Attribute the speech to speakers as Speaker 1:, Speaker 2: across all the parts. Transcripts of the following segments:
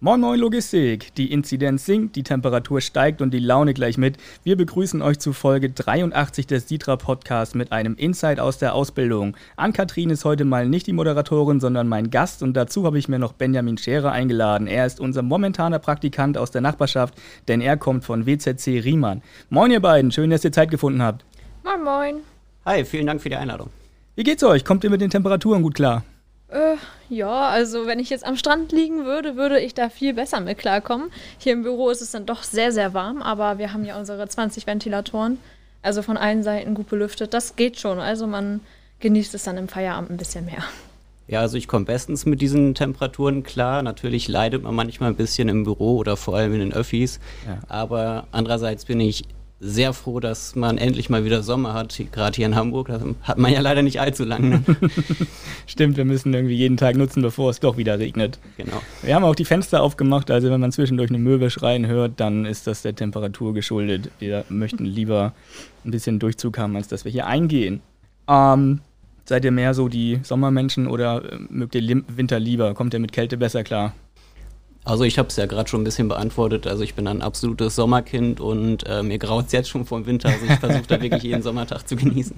Speaker 1: Moin Moin Logistik! Die Inzidenz sinkt, die Temperatur steigt und die Laune gleich mit. Wir begrüßen euch zu Folge 83 des Ditra Podcasts mit einem Insight aus der Ausbildung. Ann-Kathrin ist heute mal nicht die Moderatorin, sondern mein Gast und dazu habe ich mir noch Benjamin Scherer eingeladen. Er ist unser momentaner Praktikant aus der Nachbarschaft, denn er kommt von WZC Riemann. Moin ihr beiden, schön, dass ihr Zeit gefunden habt.
Speaker 2: Moin Moin!
Speaker 3: Hi, vielen Dank für die Einladung.
Speaker 1: Wie geht's euch? Kommt ihr mit den Temperaturen gut klar?
Speaker 2: Äh, ja, also wenn ich jetzt am Strand liegen würde, würde ich da viel besser mit klarkommen. Hier im Büro ist es dann doch sehr, sehr warm, aber wir haben ja unsere 20 Ventilatoren, also von allen Seiten gut belüftet. Das geht schon, also man genießt es dann im Feierabend ein bisschen mehr.
Speaker 3: Ja, also ich komme bestens mit diesen Temperaturen klar. Natürlich leidet man manchmal ein bisschen im Büro oder vor allem in den Öffis.
Speaker 1: Ja.
Speaker 3: Aber andererseits bin ich sehr froh, dass man endlich mal wieder Sommer hat. Gerade hier in Hamburg das hat man ja leider nicht allzu lange. Ne?
Speaker 1: Stimmt, wir müssen irgendwie jeden Tag nutzen, bevor es doch wieder regnet.
Speaker 3: genau.
Speaker 1: Wir haben auch die Fenster aufgemacht, also wenn man zwischendurch eine Möwe schreien hört, dann ist das der Temperatur geschuldet. Wir möchten lieber ein bisschen Durchzug haben, als dass wir hier eingehen. Ähm, seid ihr mehr so die Sommermenschen oder äh, mögt ihr Lim Winter lieber? Kommt ihr mit Kälte besser klar?
Speaker 3: Also ich habe es ja gerade schon ein bisschen beantwortet. Also ich bin ein absolutes Sommerkind und äh, mir graut es jetzt schon vom Winter. Also ich versuche da wirklich jeden Sommertag zu genießen.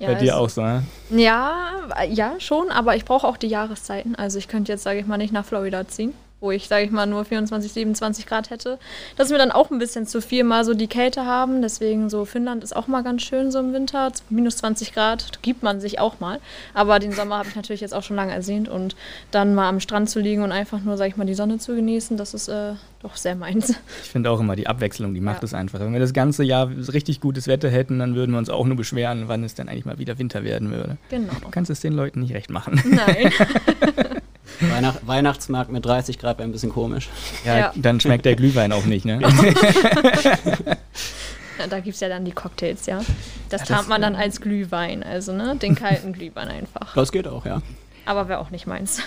Speaker 2: Ja,
Speaker 1: Bei dir
Speaker 2: also-
Speaker 1: auch so, ne?
Speaker 2: Ja, äh, ja, schon, aber ich brauche auch die Jahreszeiten. Also ich könnte jetzt, sage ich mal, nicht nach Florida ziehen, wo ich, sage ich mal, nur 24, 27 Grad hätte. Das ist mir dann auch ein bisschen zu viel, mal so die Kälte haben. Deswegen so Finnland ist auch mal ganz schön so im Winter. Z- Minus 20 Grad gibt man sich auch mal. Aber den Sommer habe ich natürlich jetzt auch schon lange ersehnt. Und dann mal am Strand zu liegen und einfach nur, sage ich mal, die Sonne zu genießen, das ist äh, doch sehr meins.
Speaker 1: Ich finde auch immer die Abwechslung, die macht
Speaker 2: Ja.
Speaker 1: es einfach. Wenn wir das ganze Jahr richtig gutes Wetter hätten, dann würden wir uns auch nur beschweren, wann es denn eigentlich mal wieder Winter werden würde.
Speaker 2: Genau.
Speaker 1: Du kannst es den Leuten nicht recht machen.
Speaker 2: Nein.
Speaker 3: Weihnacht Weihnachtsmarkt mit 30 Grad wäre ein bisschen komisch.
Speaker 1: Ja,
Speaker 2: Ja.
Speaker 1: dann schmeckt der Glühwein auch nicht, ne?
Speaker 2: Da gibt es ja dann die Cocktails, ja. Das
Speaker 1: Ja, das-
Speaker 2: tarnt man dann als Glühwein, also ne, den kalten Glühwein einfach.
Speaker 3: Das geht auch, ja.
Speaker 2: Aber wäre auch nicht meins.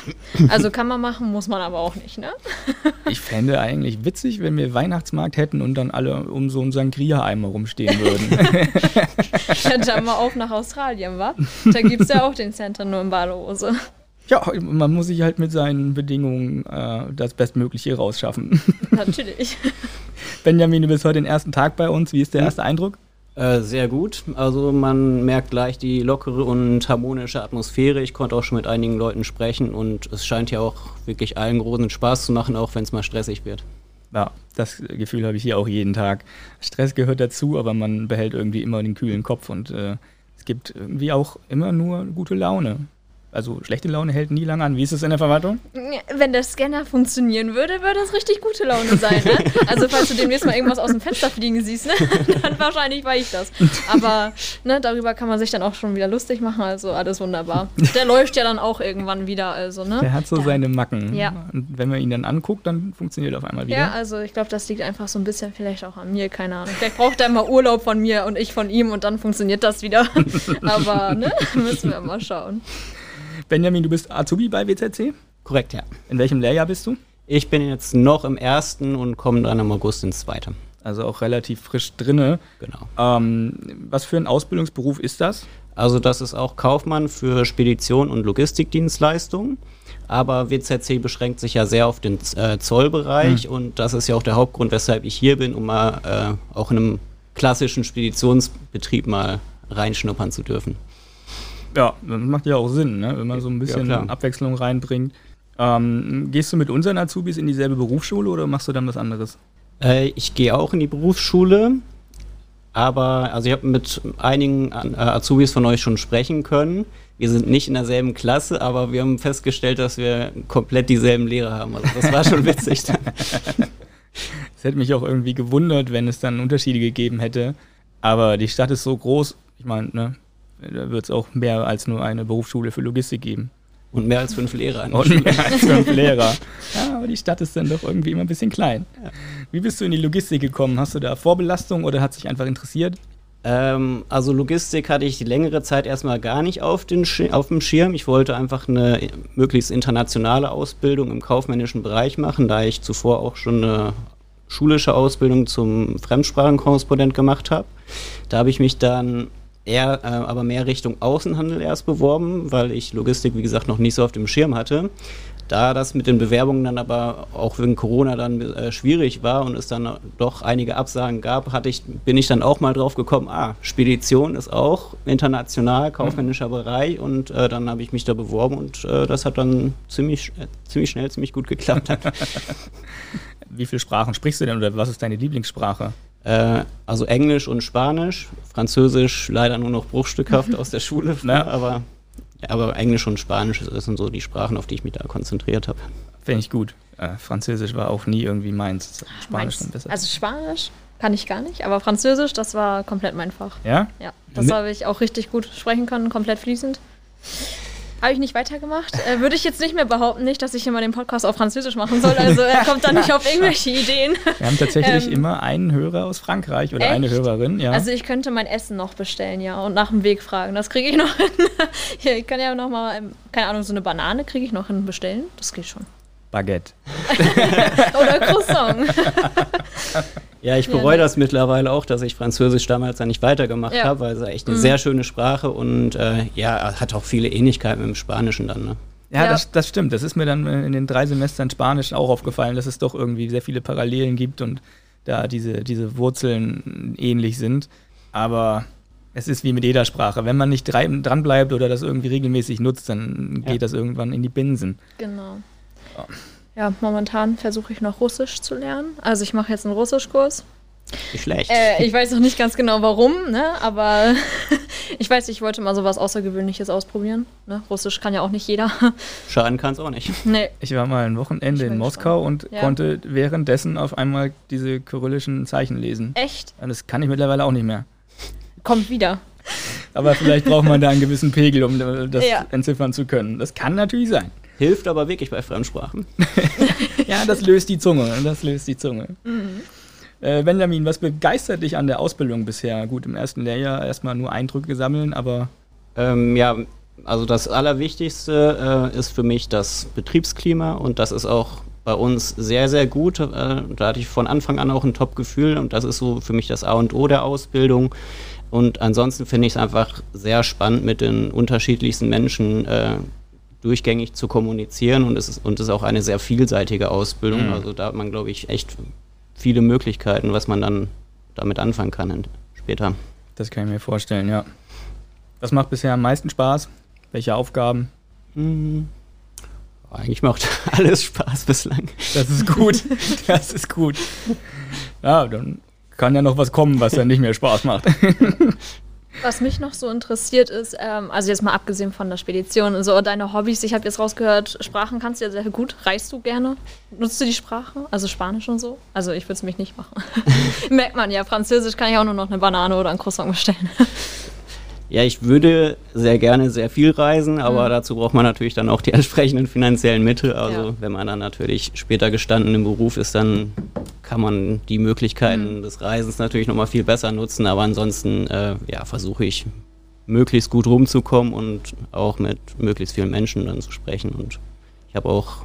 Speaker 2: Also kann man machen, muss man aber auch nicht, ne?
Speaker 1: Ich fände eigentlich witzig, wenn wir Weihnachtsmarkt hätten und dann alle um so einen Sangria-Eimer rumstehen würden.
Speaker 2: Ich hätte da mal auf nach Australien, wa? Da gibt es ja auch den Center nur in Badehose.
Speaker 1: ja, man muss sich halt mit seinen Bedingungen äh, das Bestmögliche rausschaffen.
Speaker 2: Natürlich.
Speaker 1: Benjamin, du bist heute den ersten Tag bei uns. Wie ist der erste Eindruck?
Speaker 3: Äh, sehr gut. Also man merkt gleich die lockere und harmonische Atmosphäre. Ich konnte auch schon mit einigen Leuten sprechen und es scheint ja auch wirklich allen großen Spaß zu machen, auch wenn es mal stressig wird.
Speaker 1: Ja, das Gefühl habe ich hier auch jeden Tag. Stress gehört dazu, aber man behält irgendwie immer den kühlen Kopf und äh, es gibt irgendwie auch immer nur gute Laune. Also schlechte Laune hält nie lange an. Wie ist es in der Verwaltung?
Speaker 2: Wenn der Scanner funktionieren würde, würde das richtig gute Laune sein, ne? Also falls du demnächst mal irgendwas aus dem Fenster fliegen siehst, ne? Dann wahrscheinlich war ich das. Aber ne, darüber kann man sich dann auch schon wieder lustig machen, also alles wunderbar. Der läuft ja dann auch irgendwann wieder, also, ne?
Speaker 1: Der hat so seine Macken.
Speaker 2: Ja.
Speaker 1: Und wenn man ihn dann anguckt, dann funktioniert er auf einmal wieder.
Speaker 2: Ja, also ich glaube, das liegt einfach so ein bisschen vielleicht auch an mir, keine Ahnung. Vielleicht braucht er mal Urlaub von mir und ich von ihm und dann funktioniert das wieder. Aber ne, müssen wir mal schauen.
Speaker 1: Benjamin, du bist Azubi bei WZC.
Speaker 3: Korrekt, ja.
Speaker 1: In welchem Lehrjahr bist du?
Speaker 3: Ich bin jetzt noch im ersten und komme dann im August ins zweite.
Speaker 1: Also auch relativ frisch drinne.
Speaker 3: Genau.
Speaker 1: Ähm, was für ein Ausbildungsberuf ist das?
Speaker 3: Also das ist auch Kaufmann für Spedition und Logistikdienstleistungen. Aber WZC beschränkt sich ja sehr auf den äh, Zollbereich und das ist ja auch der Hauptgrund, weshalb ich hier bin, um mal äh, auch in einem klassischen Speditionsbetrieb mal reinschnuppern zu dürfen.
Speaker 1: Ja, das macht ja auch Sinn, ne? wenn man so ein bisschen
Speaker 3: klar.
Speaker 1: Abwechslung reinbringt. Ähm, gehst du mit unseren Azubis in dieselbe Berufsschule oder machst du dann was anderes?
Speaker 3: Äh, ich gehe auch in die Berufsschule, aber also ich habe mit einigen an- äh, Azubis von euch schon sprechen können. Wir sind nicht in derselben Klasse, aber wir haben festgestellt, dass wir komplett dieselben Lehrer haben. Also das war schon witzig.
Speaker 1: Es hätte mich auch irgendwie gewundert, wenn es dann Unterschiede gegeben hätte. Aber die Stadt ist so groß, ich meine, ne? da wird es auch mehr als nur eine Berufsschule für Logistik geben.
Speaker 3: Und mehr als fünf Lehrer. an der
Speaker 1: Und mehr als fünf Lehrer. Ja, aber die Stadt ist dann doch irgendwie immer ein bisschen klein. Wie bist du in die Logistik gekommen? Hast du da Vorbelastung oder hat sich einfach interessiert?
Speaker 3: Ähm, also Logistik hatte ich längere Zeit erstmal gar nicht auf, den Schi- auf dem Schirm. Ich wollte einfach eine möglichst internationale Ausbildung im kaufmännischen Bereich machen, da ich zuvor auch schon eine schulische Ausbildung zum Fremdsprachenkorrespondent gemacht habe. Da habe ich mich dann eher, äh, aber mehr Richtung Außenhandel erst beworben, weil ich Logistik, wie gesagt, noch nicht so auf dem Schirm hatte. Da das mit den Bewerbungen dann aber auch wegen Corona dann äh, schwierig war und es dann doch einige Absagen gab, hatte ich, bin ich dann auch mal drauf gekommen, ah, Spedition ist auch international, kaufmännischer mhm. Bereich und äh, dann habe ich mich da beworben und äh, das hat dann ziemlich, äh, ziemlich schnell, ziemlich gut geklappt.
Speaker 1: Wie viele Sprachen sprichst du denn oder was ist deine Lieblingssprache?
Speaker 3: also Englisch und Spanisch, Französisch leider nur noch bruchstückhaft aus der Schule, Na? aber ja, aber Englisch und Spanisch sind so die Sprachen, auf die ich mich da konzentriert habe.
Speaker 1: Finde ich gut. Äh, Französisch war auch nie irgendwie meins.
Speaker 2: Spanisch dann besser. Also Spanisch kann ich gar nicht, aber Französisch, das war komplett mein Fach.
Speaker 1: Ja?
Speaker 2: Ja. Das habe ich auch richtig gut sprechen können, komplett fließend. Habe ich nicht weitergemacht. Äh, würde ich jetzt nicht mehr behaupten, nicht, dass ich immer den Podcast auf Französisch machen soll. Also er kommt da nicht auf irgendwelche Ideen.
Speaker 1: Wir haben tatsächlich ähm, immer einen Hörer aus Frankreich oder echt? eine Hörerin, ja.
Speaker 2: Also ich könnte mein Essen noch bestellen, ja, und nach dem Weg fragen. Das kriege ich noch hin. ja, ich kann ja noch mal, ähm, keine Ahnung, so eine Banane kriege ich noch hin bestellen. Das geht schon.
Speaker 1: Baguette.
Speaker 2: oder Croissant.
Speaker 3: Ja, ich bereue ja, ne. das mittlerweile auch, dass ich Französisch damals dann nicht weitergemacht ja. habe, weil es echt eine mhm. sehr schöne Sprache und äh, ja, hat auch viele Ähnlichkeiten mit dem Spanischen dann. Ne?
Speaker 1: Ja, ja. Das, das, stimmt. Das ist mir dann äh, in den drei Semestern Spanisch auch aufgefallen, dass es doch irgendwie sehr viele Parallelen gibt und da diese, diese Wurzeln ähnlich sind. Aber es ist wie mit jeder Sprache. Wenn man nicht dranbleibt oder das irgendwie regelmäßig nutzt, dann geht das irgendwann in die Binsen.
Speaker 2: Genau. Oh. Ja, momentan versuche ich noch Russisch zu lernen. Also ich mache jetzt einen Russischkurs.
Speaker 3: Nicht schlecht.
Speaker 2: Äh, ich weiß noch nicht ganz genau warum, ne? aber ich weiß, ich wollte mal sowas Außergewöhnliches ausprobieren. Ne? Russisch kann ja auch nicht jeder.
Speaker 3: Schaden kann es auch nicht.
Speaker 1: Nee. Ich war mal ein Wochenende in Moskau spannend. und ja. konnte währenddessen auf einmal diese kyrillischen Zeichen lesen.
Speaker 2: Echt?
Speaker 1: Und das kann ich mittlerweile auch nicht mehr.
Speaker 2: Kommt wieder.
Speaker 1: Aber vielleicht braucht man da einen gewissen Pegel, um das ja. entziffern zu können. Das kann natürlich sein.
Speaker 3: Hilft aber wirklich bei Fremdsprachen.
Speaker 1: ja, das löst die Zunge. Das löst die Zunge. Mhm. Äh, Benjamin, was begeistert dich an der Ausbildung bisher? Gut, im ersten Lehrjahr erstmal nur Eindrücke sammeln, aber.
Speaker 3: Ähm, ja, also das Allerwichtigste äh, ist für mich das Betriebsklima und das ist auch bei uns sehr, sehr gut. Äh, da hatte ich von Anfang an auch ein Top-Gefühl und das ist so für mich das A und O der Ausbildung. Und ansonsten finde ich es einfach sehr spannend, mit den unterschiedlichsten Menschen äh, durchgängig zu kommunizieren und es ist, und es ist auch eine sehr vielseitige Ausbildung. Mhm. Also da hat man, glaube ich, echt viele Möglichkeiten, was man dann damit anfangen kann später.
Speaker 1: Das kann ich mir vorstellen, ja. Was macht bisher am meisten Spaß? Welche Aufgaben?
Speaker 3: Mhm. Eigentlich macht alles Spaß bislang.
Speaker 1: Das ist gut. Das ist gut. Ja, dann kann ja noch was kommen, was dann nicht mehr Spaß macht.
Speaker 2: Was mich noch so interessiert ist, ähm, also jetzt mal abgesehen von der Spedition, also deine Hobbys, ich habe jetzt rausgehört, Sprachen kannst du ja sehr gut, reist du gerne, nutzt du die Sprache, also Spanisch und so? Also ich würde es mich nicht machen. Merkt man ja, Französisch kann ich auch nur noch eine Banane oder ein Croissant bestellen.
Speaker 3: Ja, ich würde sehr gerne sehr viel reisen, aber mhm. dazu braucht man natürlich dann auch die entsprechenden finanziellen Mittel. Also ja. wenn man dann natürlich später gestanden im Beruf ist, dann kann man die Möglichkeiten mhm. des Reisens natürlich nochmal viel besser nutzen. Aber ansonsten äh, ja, versuche ich möglichst gut rumzukommen und auch mit möglichst vielen Menschen dann zu sprechen. Und ich habe auch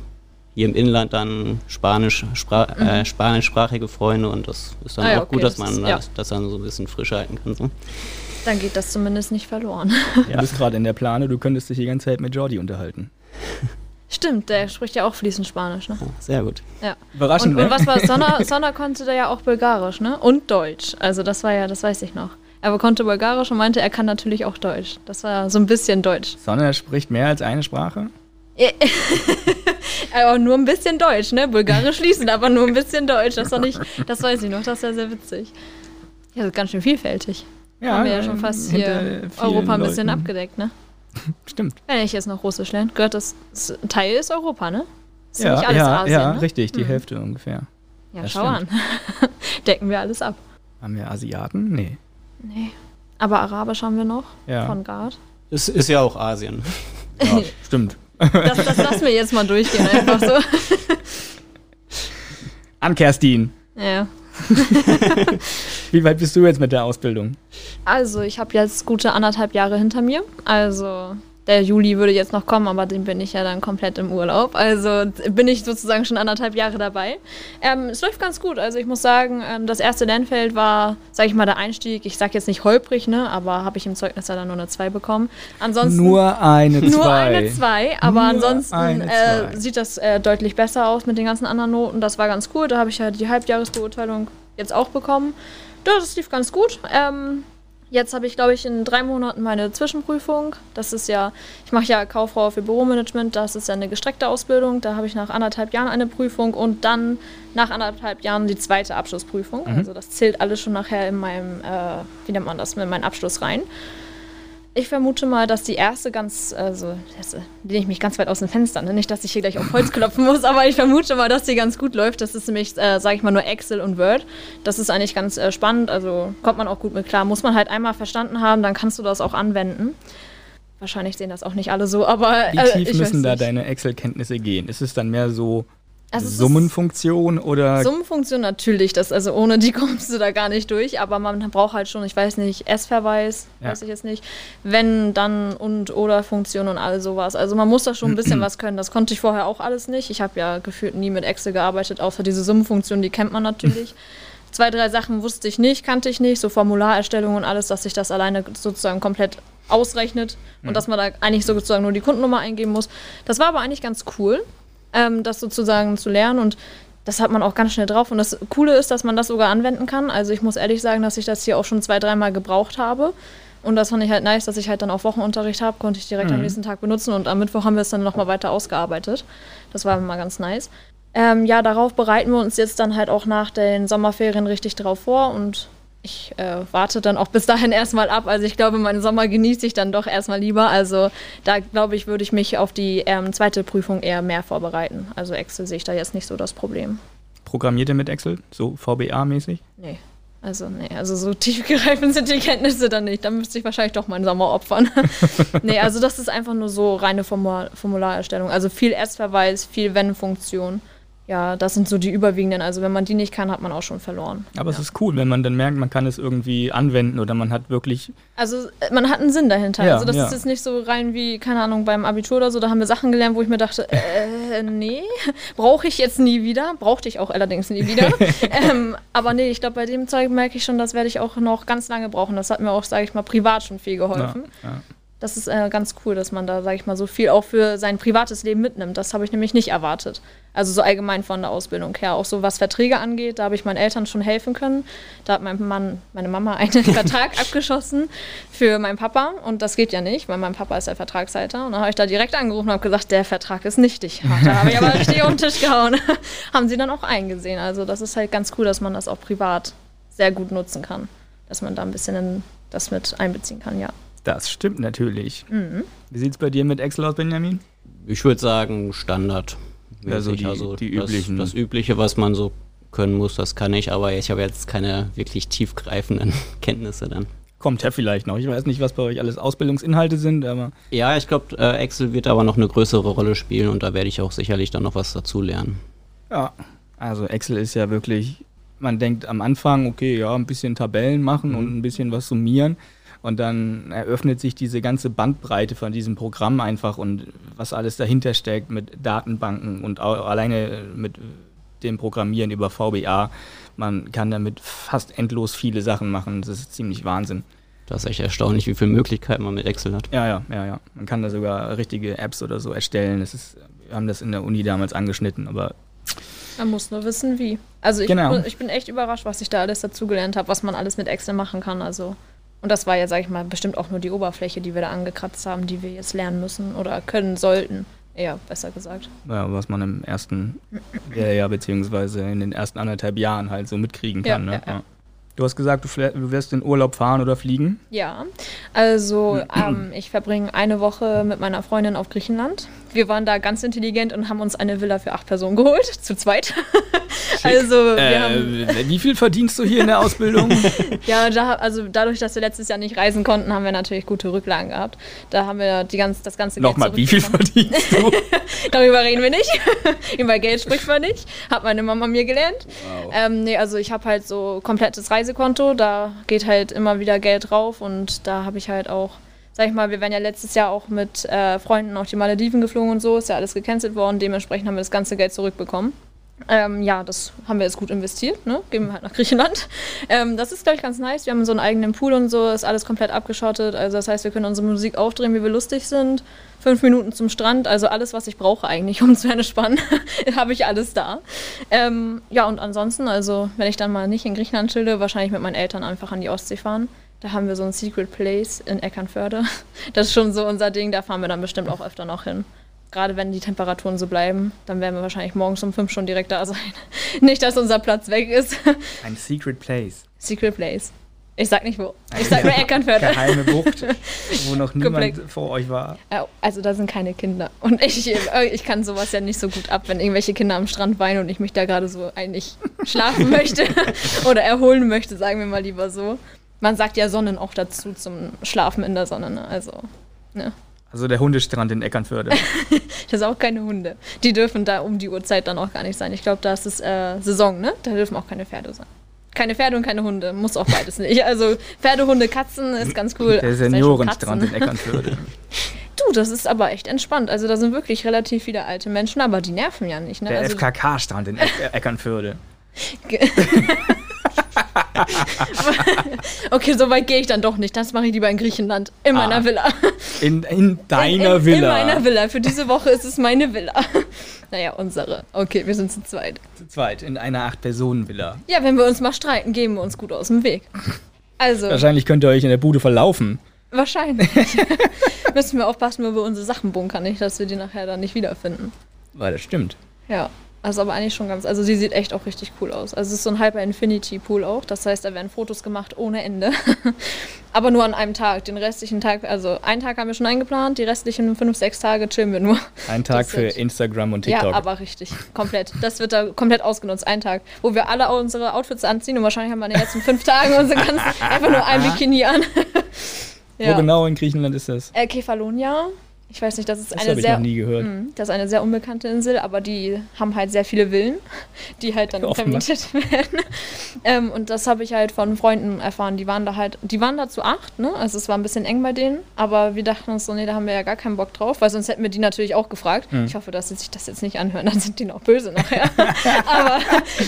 Speaker 3: hier im Inland dann Spanisch, Spra mhm. äh, spanischsprachige Freunde und das ist dann ah, ja, auch okay, gut, dass das man ist, ja. das dann so ein bisschen frisch halten kann. So.
Speaker 2: Dann geht das zumindest nicht verloren.
Speaker 1: Ja. Du bist gerade in der Plane, du könntest dich die ganze Zeit mit Jordi unterhalten.
Speaker 2: Stimmt, der spricht ja auch fließend Spanisch, ne?
Speaker 3: Sehr gut.
Speaker 2: Ja.
Speaker 1: Überraschend.
Speaker 2: Und,
Speaker 1: ne?
Speaker 2: und was war Sonna? Sonna konnte da ja auch Bulgarisch, ne? Und Deutsch. Also das war ja, das weiß ich noch. Er konnte Bulgarisch und meinte, er kann natürlich auch Deutsch. Das war so ein bisschen Deutsch.
Speaker 1: Sonna spricht mehr als eine Sprache?
Speaker 2: aber nur ein bisschen Deutsch, ne? Bulgarisch fließend, aber nur ein bisschen Deutsch. Das war nicht, das weiß ich noch, das war sehr witzig. Ja, ganz schön vielfältig. Ja, haben wir ja schon fast hier Europa ein bisschen Leuten. abgedeckt, ne?
Speaker 1: Stimmt.
Speaker 2: Wenn ich jetzt noch Russisch lerne, gehört das, das Teil ist Europa, ne? Das
Speaker 1: ja, ist ja, ja, Asien, ja ne? richtig, die hm. Hälfte ungefähr.
Speaker 2: Ja, das schau stimmt. an. Decken wir alles ab.
Speaker 1: Haben wir Asiaten? Nee.
Speaker 2: Nee. Aber Arabisch haben wir noch ja. von Gard.
Speaker 3: Es ist ja auch Asien.
Speaker 1: ja, stimmt.
Speaker 2: Das, das lassen wir jetzt mal durchgehen, einfach so.
Speaker 1: An Kerstin.
Speaker 2: Ja.
Speaker 1: Wie weit bist du jetzt mit der Ausbildung?
Speaker 2: Also, ich habe jetzt gute anderthalb Jahre hinter mir. Also, der Juli würde jetzt noch kommen, aber den bin ich ja dann komplett im Urlaub. Also bin ich sozusagen schon anderthalb Jahre dabei. Ähm, es läuft ganz gut. Also ich muss sagen, ähm, das erste Lernfeld war, sage ich mal, der Einstieg. Ich sage jetzt nicht holprig, ne, aber habe ich im Zeugnis ja dann nur eine 2 bekommen. Ansonsten
Speaker 1: Nur eine zwei.
Speaker 2: nur eine 2, aber
Speaker 1: Nur
Speaker 2: ansonsten
Speaker 1: eine
Speaker 2: äh,
Speaker 1: Zwei.
Speaker 2: sieht das äh, deutlich besser aus mit den ganzen anderen Noten. Das war ganz cool. Da habe ich ja die Halbjahresbeurteilung jetzt auch bekommen. Ja, das lief ganz gut. Ähm, jetzt habe ich, glaube ich, in drei Monaten meine Zwischenprüfung. Das ist ja, ich mache ja Kauffrau für Büromanagement. Das ist ja eine gestreckte Ausbildung. Da habe ich nach anderthalb Jahren eine Prüfung und dann nach anderthalb Jahren die zweite Abschlussprüfung.
Speaker 1: Mhm.
Speaker 2: Also das zählt alles schon nachher in meinem, äh, wie nennt man das, in meinen Abschluss rein. Ich vermute mal, dass die erste ganz, also jetzt lehne ich mich ganz weit aus dem Fenster, ne? nicht, dass ich hier gleich auf Holz klopfen muss, aber ich vermute mal, dass die ganz gut läuft. Das ist nämlich, äh, sage ich mal, nur Excel und Word. Das ist eigentlich ganz äh, spannend, also kommt man auch gut mit klar. Muss man halt einmal verstanden haben, dann kannst du das auch anwenden. Wahrscheinlich sehen das auch nicht alle so, aber
Speaker 1: Wie
Speaker 2: äh,
Speaker 1: tief
Speaker 2: ich
Speaker 1: müssen
Speaker 2: weiß
Speaker 1: da
Speaker 2: nicht.
Speaker 1: deine Excel-Kenntnisse gehen? Ist es dann mehr so
Speaker 2: Also es ist-
Speaker 1: Summenfunktion oder
Speaker 2: Summenfunktion natürlich, das also ohne die kommst du da gar nicht durch, aber man braucht halt schon, ich weiß nicht, S-Verweis,
Speaker 1: Ja.
Speaker 2: weiß ich jetzt nicht, wenn, dann und oder Funktion und all sowas. Also man muss da schon ein bisschen was können. Das konnte ich vorher auch alles nicht. Ich habe ja gefühlt nie mit Excel gearbeitet, außer diese Summenfunktion, die kennt man natürlich. Zwei, drei Sachen wusste ich nicht, kannte ich nicht, so Formularerstellung und alles, dass sich das alleine sozusagen komplett ausrechnet und dass man da eigentlich sozusagen nur die Kundennummer eingeben muss. Das war aber eigentlich ganz cool ähm, das sozusagen zu lernen und das hat man auch ganz schnell drauf. Und das Coole ist, dass man das sogar anwenden kann. Also ich muss ehrlich sagen, dass ich das hier auch schon zwei, dreimal gebraucht habe. Und das fand ich halt nice, dass ich halt dann auch Wochenunterricht habe, konnte ich direkt am nächsten Tag benutzen und am Mittwoch haben wir es dann nochmal weiter ausgearbeitet. Das war mal ganz nice. Ähm, ja, darauf bereiten wir uns jetzt dann halt auch nach den Sommerferien richtig drauf vor und ich äh, warte dann auch bis dahin erstmal ab. Also ich glaube, meinen Sommer genieße ich dann doch erstmal lieber. Also da glaube ich, würde ich mich auf die ähm, zweite Prüfung eher mehr vorbereiten. Also Excel sehe ich da jetzt nicht so das Problem.
Speaker 1: programmiert ihr mit Excel? So VBA-mäßig?
Speaker 2: Nee. Also, nee, also so tiefgreifend sind die Kenntnisse dann nicht. Dann müsste ich wahrscheinlich doch meinen Sommer opfern. nee, also das ist einfach nur so reine Formular Formularerstellung. Also viel S-Verweis, viel Wenn-Funktion. Ja, das sind so die überwiegenden. Also wenn man die nicht kann, hat man auch schon verloren.
Speaker 1: Aber es ist cool, wenn man dann merkt, man kann es irgendwie anwenden oder man hat wirklich.
Speaker 2: Also äh, man hat einen Sinn dahinter.
Speaker 1: Ja,
Speaker 2: also das
Speaker 1: ja.
Speaker 2: ist jetzt nicht so rein wie, keine Ahnung, beim Abitur oder so. Da haben wir Sachen gelernt, wo ich mir dachte, äh, nee, brauche ich jetzt nie wieder. Brauchte ich auch allerdings nie wieder. ähm, aber nee, ich glaube, bei dem Zeug merke ich schon, das werde ich auch noch ganz lange brauchen. Das hat mir auch, sage ich mal, privat schon viel
Speaker 1: Ja,
Speaker 2: geholfen.
Speaker 1: ja.
Speaker 2: Das ist äh, ganz cool, dass man da, sage ich mal, so viel auch für sein privates Leben mitnimmt. Das habe ich nämlich nicht erwartet. Also so allgemein von der Ausbildung her. Auch so was Verträge angeht, da habe ich meinen Eltern schon helfen können. Da hat mein Mann, meine Mama einen Vertrag abgeschossen für meinen Papa. Und das geht ja nicht, weil mein Papa ist der Vertragshalter. Und dann habe ich da direkt angerufen und habe gesagt, der Vertrag ist nichtig. Da habe ich aber richtig auf den Tisch gehauen. Haben sie dann auch eingesehen. Also das ist halt ganz cool, dass man das auch privat sehr gut nutzen kann. Dass man da ein bisschen in das mit einbeziehen kann, ja.
Speaker 1: Das stimmt natürlich.
Speaker 2: Mhm.
Speaker 1: Wie sieht es bei dir mit Excel aus, Benjamin?
Speaker 3: Ich würde sagen, Standard.
Speaker 1: Also die- die
Speaker 3: das,
Speaker 1: üblichen.
Speaker 3: Das Übliche, was man so können muss, das kann ich, aber ich habe jetzt keine wirklich tiefgreifenden Kenntnisse dann.
Speaker 1: Kommt ja vielleicht noch. Ich weiß nicht, was bei euch alles Ausbildungsinhalte sind, aber
Speaker 3: Ja, ich glaube, äh, Excel wird aber noch eine größere Rolle spielen und da werde ich auch sicherlich dann noch was dazu lernen.
Speaker 1: ja. Also Excel ist ja wirklich, man denkt am Anfang, okay, ja, ein bisschen Tabellen machen und ein bisschen was summieren. Und dann eröffnet sich diese ganze Bandbreite von diesem Programm einfach und was alles dahinter steckt mit Datenbanken und au- alleine mit dem Programmieren über VBA. Man kann damit fast endlos viele Sachen machen. Das ist ziemlich Wahnsinn.
Speaker 3: Das ist echt erstaunlich, wie viele Möglichkeiten man mit Excel hat.
Speaker 1: Ja, ja, ja, ja. Man kann da sogar richtige Apps oder so erstellen. Das ist, wir haben das in der Uni damals angeschnitten, aber
Speaker 2: Man muss nur wissen, wie. Also ich,
Speaker 1: Genau.
Speaker 2: bin, ich bin echt überrascht, was ich da alles dazugelernt habe, was man alles mit Excel machen kann. Also und das war ja, sag ich mal, bestimmt auch nur die Oberfläche, die wir da angekratzt haben, die wir jetzt lernen müssen oder können sollten. Eher besser gesagt.
Speaker 1: ja, was man im ersten Lehrjahr beziehungsweise in den ersten anderthalb Jahren halt so mitkriegen
Speaker 2: Ja,
Speaker 1: kann. ne?
Speaker 2: ja, ja.
Speaker 1: Du hast gesagt, du, flä- du wirst in Urlaub fahren oder fliegen.
Speaker 2: Ja, also ähm, ich verbringe eine Woche mit meiner Freundin auf Griechenland. Wir waren da ganz intelligent und haben uns eine Villa für acht Personen geholt, zu zweit. Also wir haben
Speaker 1: Äh, wie viel verdienst du hier in der Ausbildung?
Speaker 2: Ja, da, also dadurch, dass wir letztes Jahr nicht reisen konnten, haben wir natürlich gute Rücklagen gehabt. Da haben wir die ganz, das ganze Geld
Speaker 1: Nochmal, wie viel
Speaker 2: zurückbekommen.
Speaker 1: verdienst du?
Speaker 2: Darüber reden wir nicht. Über Geld spricht man nicht. Hat meine Mama mir gelernt. Ähm, nee, also ich habe halt so komplettes Reisekonto. Da geht halt immer wieder Geld drauf und da habe ich halt auch sag ich mal, wir wären ja letztes Jahr auch mit äh, Freunden auf die Malediven geflogen und so, ist ja alles gecancelt worden, dementsprechend haben wir das ganze Geld zurückbekommen. Ähm, ja, das haben wir jetzt gut investiert, ne? gehen wir halt nach Griechenland. Ähm, das ist, glaube ich, ganz nice. Wir haben so einen eigenen Pool und so, ist alles komplett abgeschottet. Also das heißt, wir können unsere Musik aufdrehen, wie wir lustig sind. Fünf Minuten zum Strand, also alles, was ich brauche eigentlich, um zu entspannen, habe ich alles da. Ähm, ja, und ansonsten, also wenn ich dann mal nicht in Griechenland chille, wahrscheinlich mit meinen Eltern einfach an die Ostsee fahren. Da haben wir so ein Secret Place in Eckernförde. Das ist schon so unser Ding, da fahren wir dann bestimmt auch öfter noch hin gerade wenn die Temperaturen so bleiben, dann werden wir wahrscheinlich morgens um fünf schon direkt da sein. Nicht, dass unser Platz weg ist.
Speaker 1: Ein Secret Place.
Speaker 2: Secret Place. Ich sag nicht wo. Ich sag nur Eckernförde.
Speaker 1: Geheime Bucht, wo noch niemand
Speaker 2: Komplett.
Speaker 1: vor euch war.
Speaker 2: Also da sind keine Kinder. Und ich, äh, ich kann sowas ja nicht so gut ab, wenn irgendwelche Kinder am Strand weinen und ich mich da gerade so eigentlich schlafen möchte oder erholen möchte, sagen wir mal lieber so. Man sagt ja Sonnen auch dazu zum Schlafen in der Sonne. Ne? Also, ne.
Speaker 1: Also der Hundestrand in Eckernförde.
Speaker 2: Das sind auch keine Hunde. Die dürfen da um die Uhrzeit dann auch gar nicht sein. Ich glaube, da ist es äh, Saison, ne? Da dürfen auch keine Pferde sein. Keine Pferde und keine Hunde. Muss auch beides nicht. Also Pferde, Hunde, Katzen ist ganz cool.
Speaker 1: Der
Speaker 2: Ach, sag ich schon,
Speaker 1: Seniorenstrand in
Speaker 2: Katzen.
Speaker 1: Eckernförde.
Speaker 2: Du, das ist aber echt entspannt. Also da sind wirklich relativ viele alte Menschen, aber die nerven ja nicht, ne?
Speaker 1: Der
Speaker 2: also,
Speaker 1: FKK-Strand in Eck- Eckernförde.
Speaker 2: okay, so weit gehe ich dann doch nicht. Das mache ich lieber in Griechenland. In meiner
Speaker 1: Ah.
Speaker 2: Villa.
Speaker 1: In, in
Speaker 2: in,
Speaker 1: deiner
Speaker 2: in,
Speaker 1: Villa.
Speaker 2: In meiner Villa. Für diese Woche ist es meine Villa. Naja, unsere. Okay, wir sind zu zweit.
Speaker 1: Zu zweit, in einer Acht-Personen-Villa.
Speaker 2: Ja, wenn wir uns mal streiten, gehen wir uns gut aus dem Weg. Also,
Speaker 1: Wahrscheinlich könnt ihr euch in der Bude verlaufen.
Speaker 2: wahrscheinlich. Müssen wir aufpassen, wo wir unsere Sachen bunkern, nicht, dass wir die nachher dann nicht wiederfinden.
Speaker 1: Weil das stimmt.
Speaker 2: Ja, also aber eigentlich schon ganz. Also, sie sieht echt auch richtig cool aus. Also, es ist so ein halber Infinity-Pool auch. Das heißt, da werden Fotos gemacht ohne Ende. aber nur an einem Tag. Den restlichen Tag, also einen Tag haben wir schon eingeplant, die restlichen fünf, sechs Tage chillen wir nur.
Speaker 1: Ein Tag
Speaker 2: Das
Speaker 1: für
Speaker 2: wird-
Speaker 1: Instagram und
Speaker 2: Ja,
Speaker 1: TikTok.
Speaker 2: aber richtig. Komplett. Das wird da komplett ausgenutzt. Ein Tag, wo wir alle unsere Outfits anziehen und wahrscheinlich haben wir in den letzten fünf Tagen unsere ganzen, einfach nur ein Bikini an.
Speaker 1: Wo genau in Griechenland ist das?
Speaker 2: Äh, Kefalonia. Ich weiß nicht, das ist
Speaker 1: Das
Speaker 2: eine
Speaker 1: habe ich noch
Speaker 2: sehr.
Speaker 1: nie gehört.
Speaker 2: Mm, Das ist eine sehr unbekannte Insel, aber die haben halt sehr viele Villen, die halt dann
Speaker 1: Offenbar.
Speaker 2: vermietet werden. Ähm, und das habe ich halt von Freunden erfahren. Die waren da halt, die waren da zu acht, ne? Also es war ein bisschen eng bei denen, aber wir dachten uns so, nee, da haben wir ja gar keinen Bock drauf, weil sonst hätten wir die natürlich auch gefragt. Ich hoffe, dass sie sich das jetzt nicht anhören, dann sind die noch böse nachher. aber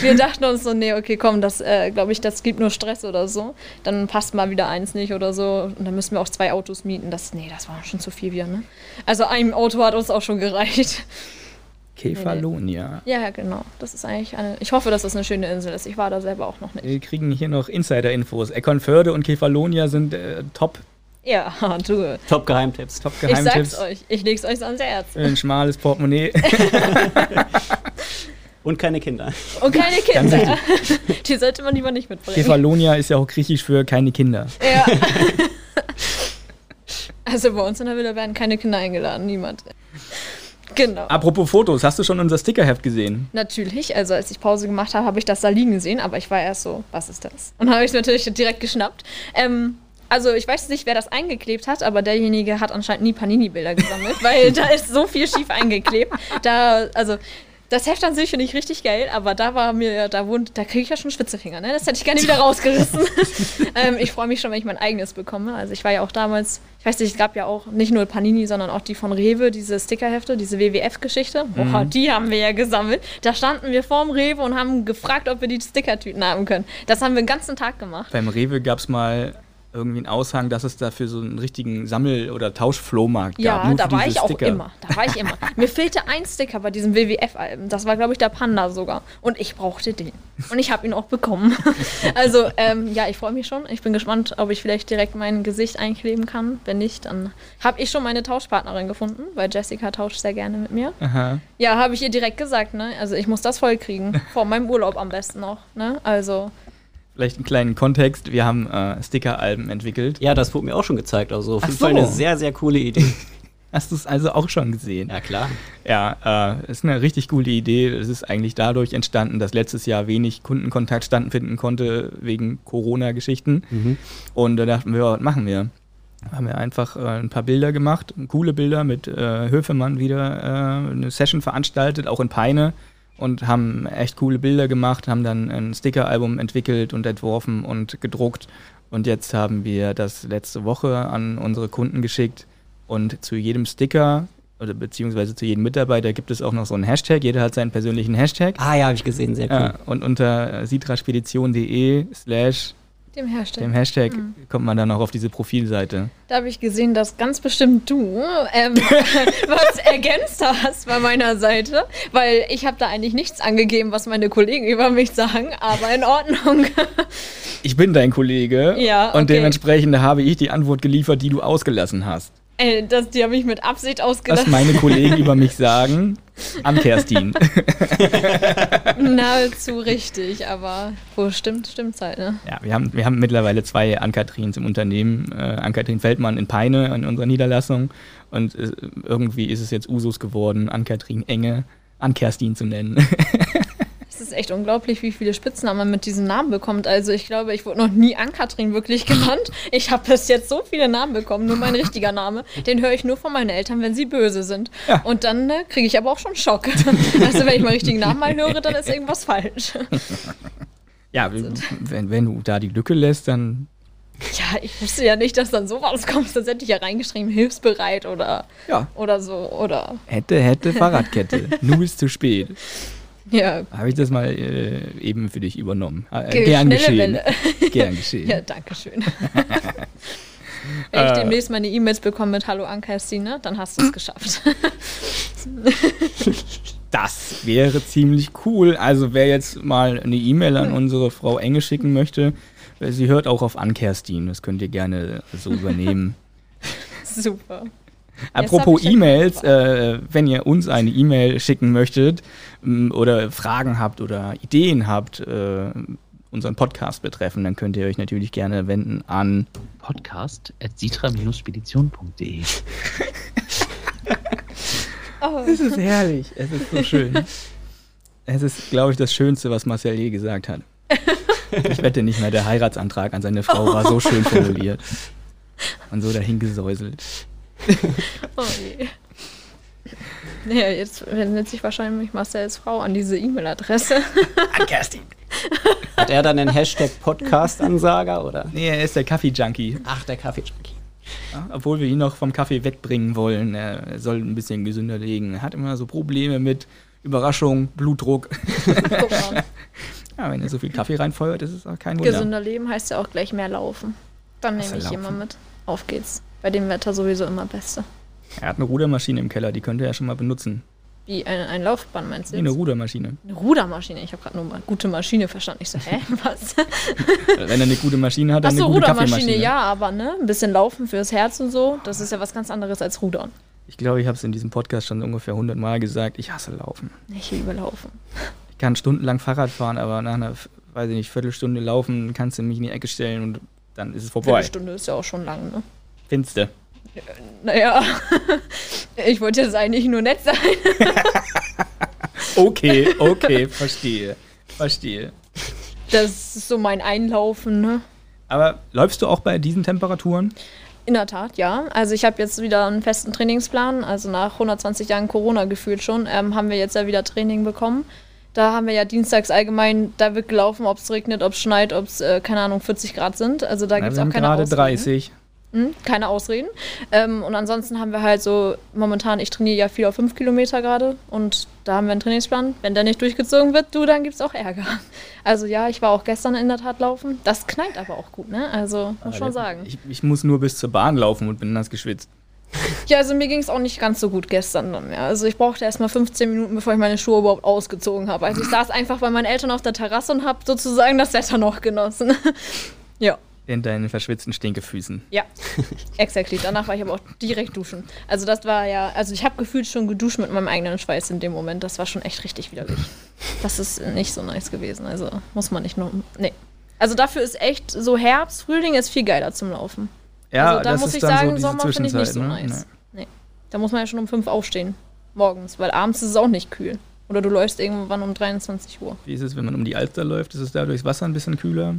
Speaker 2: wir dachten uns so, nee, okay, komm, das äh, glaube ich, das gibt nur Stress oder so. Dann passt mal wieder eins nicht oder so. Und dann müssen wir auch zwei Autos mieten. Das, nee, das war schon zu viel wieder, ne? Also ein Auto hat uns auch schon gereicht.
Speaker 1: Kefalonia.
Speaker 2: Ja, ja, genau. Das ist eigentlich eine. Ich hoffe, dass das eine schöne Insel ist. Ich war da selber auch noch nicht.
Speaker 1: Wir kriegen hier noch Insider-Infos. Eckernförde und Kefalonia sind äh, top,
Speaker 2: Ja, du.
Speaker 3: Top Geheimtipps.
Speaker 1: top
Speaker 2: Ich sag's
Speaker 1: Geheimtipps.
Speaker 2: euch. Ich leg's euch ans Herz.
Speaker 1: Für Ein schmales Portemonnaie.
Speaker 3: Und keine Kinder.
Speaker 2: Und keine Kinder. Die sollte man lieber nicht mitbringen.
Speaker 1: Kefalonia ist ja auch griechisch für keine Kinder.
Speaker 2: Ja. Also bei uns in der Villa werden keine Kinder eingeladen. Niemand. Genau.
Speaker 1: Apropos Fotos, hast du schon unser Stickerheft gesehen?
Speaker 2: Natürlich, also als ich Pause gemacht habe, habe ich das da liegen gesehen, aber ich war erst so, was ist das? Und habe ich es natürlich direkt geschnappt. Ähm, also ich weiß nicht, wer das eingeklebt hat, aber derjenige hat anscheinend nie Panini-Bilder gesammelt, weil da ist so viel schief eingeklebt. Da, also das Heft an sich finde ich richtig geil, aber da war mir, da wund, da kriege ich ja schon Schwitzefinger, ne? Das hätte ich gerne wieder rausgerissen. ähm, ich freue mich schon, wenn ich mein eigenes bekomme. Also ich war ja auch damals, ich weiß nicht, es gab ja auch nicht nur Panini, sondern auch die von Rewe, diese Stickerhefte, diese WWF-Geschichte. Oha, die haben wir ja gesammelt. Da standen wir vorm Rewe und haben gefragt, ob wir die Stickertüten haben können. Das haben wir den ganzen Tag gemacht.
Speaker 1: Beim Rewe gab es mal irgendwie einen Aushang, dass es dafür so einen richtigen Sammel- oder Tauschflohmarkt gab.
Speaker 2: Ja,
Speaker 1: nur
Speaker 2: da
Speaker 1: für
Speaker 2: war
Speaker 1: diese
Speaker 2: ich auch
Speaker 1: Sticker.
Speaker 2: immer. Da war ich immer. Mir fehlte ein Sticker bei diesem WWF-Album. Das war, glaube ich, der Panda sogar. Und ich brauchte den. Und ich habe ihn auch bekommen. Also, ähm, ja, ich freue mich schon. Ich bin gespannt, ob ich vielleicht direkt mein Gesicht einkleben kann. Wenn nicht, dann habe ich schon meine Tauschpartnerin gefunden, weil Jessica tauscht sehr gerne mit mir.
Speaker 1: Aha.
Speaker 2: Ja, habe ich ihr direkt gesagt, ne? Also, ich muss das vollkriegen. Vor meinem Urlaub am besten noch, ne? Also,
Speaker 1: Vielleicht einen kleinen Kontext. Wir haben äh, Stickeralben entwickelt.
Speaker 3: Ja, das wurde mir auch schon gezeigt. Also auf
Speaker 1: Ach
Speaker 3: jeden Fall eine
Speaker 1: so.
Speaker 3: sehr, sehr coole Idee.
Speaker 1: Hast du es also auch schon gesehen?
Speaker 3: Ja, klar.
Speaker 1: Ja, äh, ist eine richtig coole Idee. Es ist eigentlich dadurch entstanden, dass letztes Jahr wenig Kundenkontakt stattfinden konnte wegen Corona-Geschichten.
Speaker 3: Mhm.
Speaker 1: Und da dachten wir, ja, was machen wir? Haben wir einfach äh, ein paar Bilder gemacht, coole Bilder mit äh, Höfemann wieder äh, eine Session veranstaltet, auch in Peine. Und haben echt coole Bilder gemacht, haben dann ein Sticker-Album entwickelt und entworfen und gedruckt Und jetzt haben wir das letzte Woche an unsere Kunden geschickt und zu jedem Sticker oder beziehungsweise zu jedem Mitarbeiter gibt es auch noch so einen Hashtag. Jeder hat seinen persönlichen Hashtag.
Speaker 3: Ah ja, habe ich gesehen, sehr cool.
Speaker 1: Ja, und unter sitraspedition.de slash
Speaker 2: Dem
Speaker 1: dem
Speaker 2: Hersteller.
Speaker 1: Hashtag kommt man dann auch auf diese Profilseite.
Speaker 2: Da habe ich gesehen, dass ganz bestimmt du ähm, was ergänzt hast bei meiner Seite, weil ich habe da eigentlich nichts angegeben, was meine Kollegen über mich sagen, aber in Ordnung.
Speaker 1: Ich bin dein Kollege
Speaker 2: Ja,
Speaker 1: und
Speaker 2: okay.
Speaker 1: dementsprechend habe ich die Antwort geliefert, die du ausgelassen hast.
Speaker 2: Ey, Äh, das, die habe ich mit Absicht
Speaker 1: Was
Speaker 2: ausgelassen.
Speaker 1: meine Kollegen über mich sagen, an Kerstin.
Speaker 2: Nahezu richtig, aber wo stimmt, stimmt's halt, ne?
Speaker 1: Ja, wir haben, wir haben mittlerweile zwei Ankatrins im Unternehmen. Äh, Ankatrin Feldmann in Peine in unserer Niederlassung. Und äh, irgendwie ist es jetzt Usus geworden, Ankatrin Enge, Ankerstin zu nennen.
Speaker 2: Es ist echt unglaublich, wie viele Spitznamen man mit diesem Namen bekommt. Also ich glaube, ich wurde noch nie Ankatrin wirklich genannt. Ich habe bis jetzt so viele Namen bekommen, nur mein richtiger Name. Den höre ich nur von meinen Eltern, wenn sie böse sind. Und dann äh, kriege ich aber auch schon einen Schock. Also wenn ich meinen richtigen Namen mal höre, dann ist irgendwas falsch.
Speaker 1: ja, wenn, wenn du da die Lücke lässt, dann
Speaker 2: Ja, ich wusste ja nicht, dass dann sowas kommt. Sonst hätte ich ja reingeschrieben, hilfsbereit oder,
Speaker 1: Ja.
Speaker 2: oder so. Oder
Speaker 1: hätte, hätte Fahrradkette. Nu ist zu spät.
Speaker 2: ja,
Speaker 1: Habe ich das mal äh, eben für dich übernommen. Äh,
Speaker 2: Ge-
Speaker 1: gern
Speaker 2: schnelle
Speaker 1: geschehen.
Speaker 2: Welle.
Speaker 1: Gern geschehen.
Speaker 2: Ja, danke schön. Wenn ich
Speaker 1: Äh.
Speaker 2: demnächst meine E-Mails bekomme mit Hallo Ankerstin, ne? dann hast du es geschafft.
Speaker 1: Das wäre ziemlich cool. Also wer jetzt mal eine E-Mail an unsere Frau Enge schicken möchte, äh, sie hört auch auf Ankerstin. Das könnt ihr gerne so übernehmen.
Speaker 2: Super.
Speaker 1: Apropos
Speaker 2: hab ich ja
Speaker 1: E-Mails, äh, wenn ihr uns eine E-Mail schicken möchtet m, oder Fragen habt oder Ideen habt, äh, unseren Podcast betreffen, dann könnt ihr euch natürlich gerne wenden an
Speaker 4: Podcast at sitra-spedition.de.
Speaker 2: Oh,
Speaker 1: Es ist herrlich. Es ist so schön. Es ist, glaube ich, das Schönste, was Marcel je gesagt hat. Ich wette nicht mehr, der Heiratsantrag an seine Frau war so schön formuliert. Und so dahin gesäuselt.
Speaker 2: oh je. Naja, jetzt wendet sich wahrscheinlich Marcells Frau an diese E-Mail-Adresse.
Speaker 1: Kerstin.
Speaker 3: Hat er dann den Hashtag Podcast-Ansager oder?
Speaker 1: Nee, er ist der Kaffee-Junkie.
Speaker 3: Ach, der Kaffee-Junkie.
Speaker 1: Ja, Obwohl wir ihn noch vom Kaffee wegbringen wollen. Er soll ein bisschen gesünder legen. Er hat immer so Probleme mit Überraschung, Blutdruck.
Speaker 2: Guck mal.
Speaker 1: Ja, wenn er so viel Kaffee reinfeuert, ist es auch kein Wunder.
Speaker 2: Gesünder Leben heißt ja auch gleich mehr laufen. Dann
Speaker 1: Ach,
Speaker 2: nehme ich
Speaker 1: laufen.
Speaker 2: jemand mit. Auf geht's. Bei dem Wetter sowieso immer Beste.
Speaker 1: Er hat eine Rudermaschine im Keller, die könnte er schon mal benutzen.
Speaker 2: Wie ein, ein Laufband meinst du
Speaker 1: Wie eine
Speaker 2: jetzt?
Speaker 1: Rudermaschine.
Speaker 2: Eine Rudermaschine. Ich habe gerade nur mal gute Maschine verstanden. Ich so, hä, was?
Speaker 1: Wenn er eine gute Maschine hat, dann
Speaker 2: Achso,
Speaker 1: eine gute
Speaker 2: Rudermaschine,
Speaker 1: Kaffeemaschine.
Speaker 2: ja, aber ne, ein bisschen laufen fürs Herz und so, das ist ja was ganz anderes als Rudern.
Speaker 1: Ich glaube, ich habe es in diesem Podcast schon ungefähr 100 Mal gesagt. Ich hasse Laufen.
Speaker 2: Ich liebe Laufen.
Speaker 1: Ich kann stundenlang Fahrrad fahren, aber nach einer, weiß ich nicht, Viertelstunde laufen kannst du mich in die Ecke stellen und dann ist es
Speaker 2: Eine
Speaker 1: vorbei.
Speaker 2: Stunde ist ja auch schon lang, ne?
Speaker 1: Finste.
Speaker 2: Naja, ich wollte jetzt eigentlich nur nett sein.
Speaker 1: Okay, okay, verstehe. Verstehe.
Speaker 2: Das ist so mein Einlaufen, ne?
Speaker 1: Aber läufst du auch bei diesen Temperaturen?
Speaker 2: In der Tat, ja. Also ich habe jetzt wieder einen festen Trainingsplan. Also nach 120 Jahren Corona gefühlt schon, ähm, haben wir jetzt ja wieder Training bekommen. Da haben wir ja dienstags allgemein, da wird gelaufen, ob es regnet, ob es schneit, ob es, äh, keine Ahnung, 40 Grad sind. Also da
Speaker 1: Na,
Speaker 2: gibt es
Speaker 1: wir
Speaker 2: auch
Speaker 1: haben
Speaker 2: keine
Speaker 1: gerade
Speaker 2: Ausreden.
Speaker 1: 30.
Speaker 2: Hm, keine Ausreden. Ähm, und ansonsten haben wir halt so, momentan, ich trainiere ja viel auf 5 Kilometer gerade und da haben wir einen Trainingsplan. Wenn der nicht durchgezogen wird, du, dann gibt es auch Ärger. Also ja, ich war auch gestern in der Tat laufen. Das knallt aber auch gut, ne? Also muss schon sagen.
Speaker 1: Ich, ich muss nur bis zur Bahn laufen und bin nass geschwitzt.
Speaker 2: Ja, also mir ging es auch nicht ganz so gut gestern dann. Ja. Also ich brauchte erst mal 15 Minuten, bevor ich meine Schuhe überhaupt ausgezogen habe. Also ich saß einfach bei meinen Eltern auf der Terrasse und habe sozusagen das Wetter noch genossen. ja.
Speaker 1: In deinen verschwitzten Stinkefüßen.
Speaker 2: Ja, exactly. Danach war ich aber auch direkt duschen. Also das war ja, also ich habe gefühlt schon geduscht mit meinem eigenen Schweiß in dem Moment. Das war schon echt richtig widerlich. Das ist nicht so nice gewesen. Also muss man nicht nur, nee. Also dafür ist echt so Herbst, Frühling ist viel geiler zum Laufen. also da muss ich sagen, Sommer finde ich nicht so
Speaker 1: ne?
Speaker 2: nice. Nee. Da muss man ja schon um fünf aufstehen morgens, weil abends ist es auch nicht kühl. Oder du läufst irgendwann um 23 Uhr.
Speaker 1: Wie ist es, wenn man um die Alster läuft? Ist es da durchs Wasser ein bisschen kühler?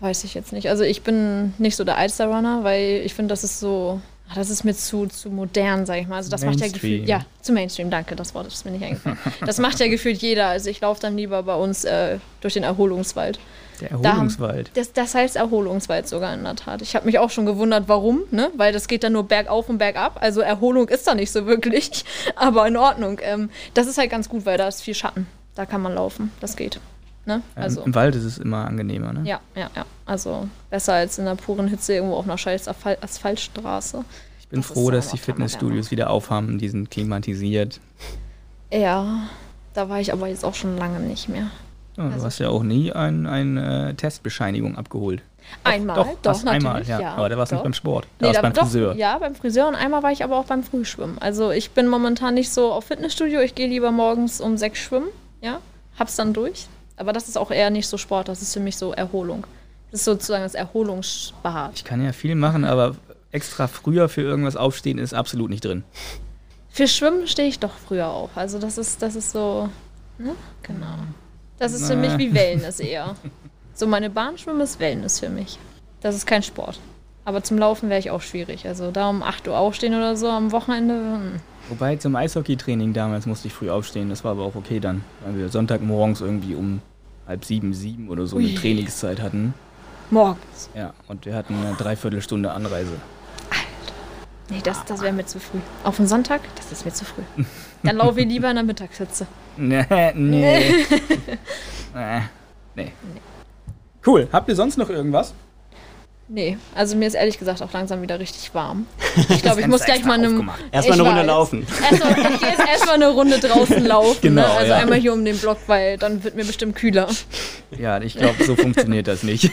Speaker 2: Weiß ich jetzt nicht. Also ich bin nicht so der Alster-Runner, weil ich finde, das ist so, Ach, Das ist mir zu, zu modern, sag ich mal. Also das macht ja
Speaker 1: Mainstream.
Speaker 2: gefühlt, ja, zu Mainstream, danke, das Wort ist mir nicht eingefallen. Das macht ja gefühlt jeder. Also ich laufe dann lieber bei uns äh, durch den Erholungswald.
Speaker 1: Der
Speaker 2: Da haben-
Speaker 1: Erholungswald.
Speaker 2: Das, das heißt Erholungswald sogar in der Tat. Ich habe mich auch schon gewundert, warum, ne? Weil das geht dann nur bergauf und bergab. Also Erholung ist da nicht so wirklich, aber in Ordnung. Ähm, das ist halt ganz gut, weil da ist viel Schatten. Da kann man laufen. Das geht. Ne?
Speaker 1: Ähm,
Speaker 2: Also.
Speaker 1: Im Wald ist es immer angenehmer, ne?
Speaker 2: Ja, ja, ja. Also besser als in der puren Hitze irgendwo auf einer scheiß Asph- Asphaltstraße.
Speaker 1: ich bin
Speaker 2: das
Speaker 1: froh,
Speaker 2: ist
Speaker 1: dass
Speaker 2: aber-
Speaker 1: die
Speaker 2: kann man ja
Speaker 1: Fitnessstudios wieder aufhaben, die sind klimatisiert.
Speaker 2: Ja, da war ich aber jetzt auch schon lange nicht mehr.
Speaker 1: Ja, du
Speaker 2: Also-
Speaker 1: hast ja auch nie eine ein, äh, Testbescheinigung abgeholt.
Speaker 2: Einmal, doch,
Speaker 1: hast
Speaker 2: natürlich.
Speaker 1: einmal, ja. Aber da warst du nicht
Speaker 2: doch.
Speaker 1: beim Sport, da warst du beim
Speaker 2: doch,
Speaker 1: Friseur.
Speaker 2: Ja, beim Friseur und einmal war ich aber auch beim Frühschwimmen. Also ich bin momentan nicht so auf Fitnessstudio, ich gehe lieber morgens um sechs schwimmen, ja, hab's dann durch. Aber das ist auch eher nicht so Sport, das ist für mich so Erholung. Das ist sozusagen das Erholungsbad.
Speaker 1: Ich kann ja viel machen, aber extra früher für irgendwas aufstehen ist absolut nicht drin.
Speaker 2: Für Schwimmen stehe ich doch früher auf. Also das ist, das ist so, ne? Genau. Das ist für
Speaker 1: Na.
Speaker 2: mich wie Wellness eher. So meine Bahnschwimmen ist Wellness für mich. Das ist kein Sport. Aber zum Laufen wäre ich auch schwierig. Also da um 8 Uhr aufstehen oder so am Wochenende. hm.
Speaker 1: Wobei zum Eishockeytraining damals musste ich früh aufstehen, das war aber auch okay dann, weil wir Sonntagmorgens irgendwie um halb sieben, sieben oder so eine
Speaker 2: Ui.
Speaker 1: Trainingszeit hatten.
Speaker 2: Morgens.
Speaker 1: Ja, und wir hatten eine Dreiviertelstunde Anreise.
Speaker 2: Nee, das, das wäre mir zu früh. Auf den Sonntag, das ist mir zu früh. Dann laufe ich lieber in der Mittagshitze.
Speaker 1: Nee, nee. nee. nee. Cool, habt ihr sonst noch irgendwas?
Speaker 2: Nee, also mir ist ehrlich gesagt auch langsam wieder richtig warm. Ich glaube, ich
Speaker 1: Fenster
Speaker 2: muss gleich
Speaker 1: extra
Speaker 2: mal einem.
Speaker 1: aufgemacht.
Speaker 3: Erstmal
Speaker 2: Ich
Speaker 3: eine Runde
Speaker 2: weiß.
Speaker 3: laufen.
Speaker 2: Erstmal, ich gehe jetzt erstmal eine Runde draußen laufen.
Speaker 1: Genau,
Speaker 2: ne? Also
Speaker 1: ja.
Speaker 2: einmal hier um den Block, weil dann wird mir bestimmt kühler.
Speaker 1: Ja, ich glaube, so funktioniert das nicht.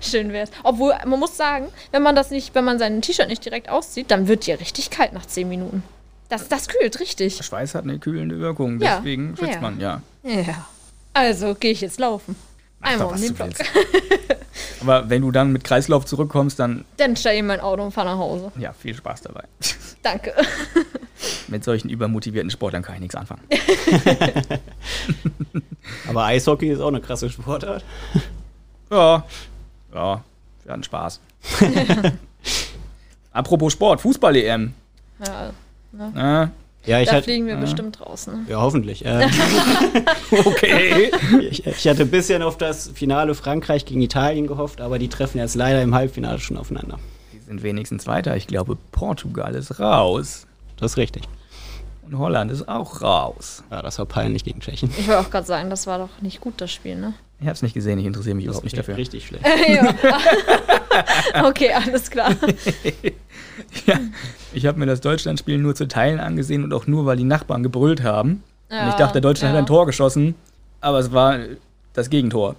Speaker 2: Schön wär's. Obwohl, man muss sagen, wenn man das nicht, wenn man seinen T-Shirt nicht direkt auszieht, dann wird dir richtig kalt nach 10 Minuten. Das, das kühlt richtig.
Speaker 1: Schweiß hat eine kühlende Wirkung,
Speaker 2: Ja,
Speaker 1: deswegen
Speaker 2: ja,
Speaker 1: schwitzt
Speaker 2: ja.
Speaker 1: man, ja.
Speaker 2: Ja. Also gehe ich jetzt laufen.
Speaker 1: Mach
Speaker 2: Einmal
Speaker 1: doch, was
Speaker 2: um
Speaker 1: du
Speaker 2: den Block.
Speaker 1: willst. Aber wenn du dann mit Kreislauf zurückkommst, dann
Speaker 2: Dann steige ich in mein Auto und fahre nach Hause.
Speaker 1: ja, viel Spaß dabei.
Speaker 2: Danke.
Speaker 1: Mit solchen übermotivierten Sportlern kann ich nichts anfangen.
Speaker 3: Aber Eishockey ist auch eine krasse Sportart.
Speaker 1: Ja, ja, wir hatten Spaß. Apropos Sport, Fußball-EM.
Speaker 2: Ja,
Speaker 1: Äh,
Speaker 3: Ja, ich
Speaker 2: da
Speaker 3: hatte.
Speaker 2: fliegen wir bestimmt raus. Ne?
Speaker 3: Ja, hoffentlich. Ähm,
Speaker 1: okay.
Speaker 3: ich, ich hatte ein bisschen auf das Finale Frankreich gegen Italien gehofft, aber die treffen jetzt leider im Halbfinale schon aufeinander.
Speaker 1: Die sind wenigstens weiter. Ich glaube, Portugal ist raus.
Speaker 3: Das ist richtig.
Speaker 1: Und Holland ist auch raus.
Speaker 3: Ja, das war peinlich gegen Tschechien.
Speaker 2: Ich wollte auch gerade sagen, das war doch nicht gut, das Spiel, ne?
Speaker 1: Ich habe es nicht gesehen, ich interessiere mich
Speaker 3: Das
Speaker 1: überhaupt nicht
Speaker 3: ist
Speaker 1: dafür.
Speaker 3: richtig schlecht.
Speaker 2: Ja. okay, alles klar.
Speaker 1: Ja, ich habe mir das Deutschlandspiel nur zu Teilen angesehen und auch nur, weil die Nachbarn gebrüllt haben. und ich
Speaker 2: Ja,
Speaker 1: dachte, Deutschland
Speaker 2: ja.
Speaker 1: hat ein Tor geschossen, aber es war das Gegentor.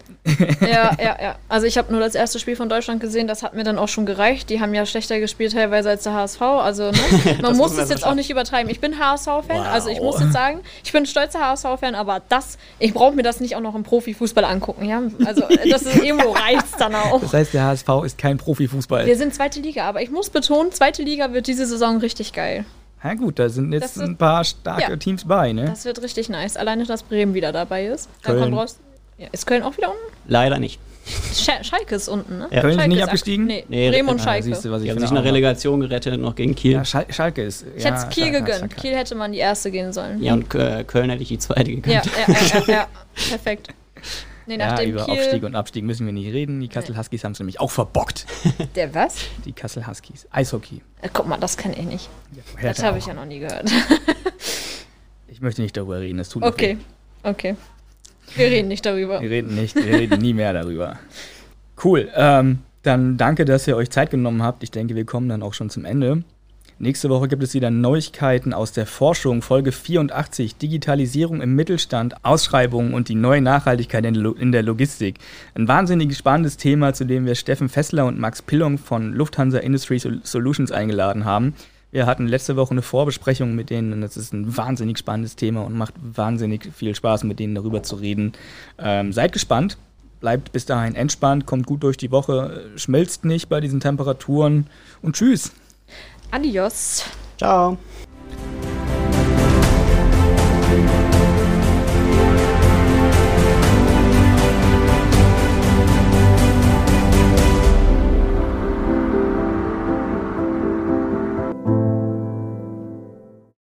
Speaker 2: Ja, ja, ja. Also ich habe nur das erste Spiel von Deutschland gesehen, das hat mir dann auch schon gereicht. Die haben ja schlechter gespielt teilweise als der HSV. Also ne? man muss
Speaker 3: muss man
Speaker 2: es jetzt
Speaker 3: sagen.
Speaker 2: auch nicht übertreiben. Ich bin HSV-Fan, also ich
Speaker 1: Wow.
Speaker 2: muss jetzt sagen, ich bin ein stolzer HSV-Fan, aber das, ich brauche mir das nicht auch noch im Profifußball angucken, ja? Also das ist irgendwo reicht's dann auch.
Speaker 1: Das heißt, der HSV ist kein Profifußball.
Speaker 2: Wir sind zweite Liga, aber ich muss betonen, zweite Liga wird diese Saison richtig geil.
Speaker 1: Na gut, da sind jetzt
Speaker 2: Das wird-
Speaker 1: ein paar starke
Speaker 2: ja.
Speaker 1: Teams bei, ne?
Speaker 2: Das wird richtig nice. Alleine, dass Bremen wieder dabei ist. Dann
Speaker 3: Köln.
Speaker 2: kommt raus. Ja, ist Köln auch wieder unten?
Speaker 3: Leider nicht.
Speaker 2: Sche Schalke ist unten, ne?
Speaker 3: Ja.
Speaker 1: Köln ist
Speaker 2: Schalke
Speaker 1: nicht
Speaker 2: ak-
Speaker 1: abgestiegen?
Speaker 2: Nee,
Speaker 3: Nee,
Speaker 2: Bremen und
Speaker 3: ah,
Speaker 2: Schalke.
Speaker 1: äh, Siehst du, was
Speaker 3: Die
Speaker 1: ich
Speaker 3: haben
Speaker 1: für
Speaker 3: sich eine
Speaker 1: Ahnung habe.
Speaker 3: Relegation gerettet, noch gegen Kiel.
Speaker 1: Ja,
Speaker 3: Ja,
Speaker 1: Schal Schalke ist.
Speaker 2: ich hätte es Kiel
Speaker 1: Schalke,
Speaker 2: gegönnt.
Speaker 1: Schalke.
Speaker 2: Kiel hätte man die erste gehen sollen.
Speaker 3: und äh, Köln hätte ich die zweite
Speaker 2: Ja,
Speaker 3: gegönnt.
Speaker 2: ja, ja, ja, ja. Perfekt. Nee,
Speaker 1: Ja,
Speaker 2: nachdem
Speaker 1: über Aufstieg
Speaker 2: Kiel.
Speaker 1: und Abstieg müssen wir nicht reden. Die Kassel Huskies haben es nämlich auch verbockt.
Speaker 2: Der was?
Speaker 1: Die Kassel Huskies. Eishockey.
Speaker 2: Äh, Guck mal, das kann ich nicht. Das
Speaker 1: Hertha
Speaker 2: habe
Speaker 1: auch.
Speaker 2: ich ja noch nie gehört.
Speaker 1: Ich möchte nicht darüber reden, es tut mir
Speaker 2: Okay,
Speaker 1: weh.
Speaker 2: okay. Wir reden nicht darüber.
Speaker 1: Wir reden nicht, wir reden nie mehr darüber. Cool. Ähm, dann danke, dass ihr euch Zeit genommen habt. Ich denke, wir kommen dann auch schon zum Ende. Nächste Woche gibt es wieder Neuigkeiten aus der Forschung, Folge 84, Digitalisierung im Mittelstand, Ausschreibungen und die neue Nachhaltigkeit in, Lo in der Logistik. Ein wahnsinnig spannendes Thema, zu dem wir Steffen Fessler und Max Pillong von Lufthansa Industry Sol- Solutions eingeladen haben. Wir hatten letzte Woche eine Vorbesprechung mit denen und das ist ein wahnsinnig spannendes Thema und macht wahnsinnig viel Spaß, mit denen darüber zu reden. Ähm, seid gespannt, bleibt bis dahin entspannt, kommt gut durch die Woche, äh, schmelzt nicht bei diesen Temperaturen und tschüss.
Speaker 2: Adios.
Speaker 3: Ciao.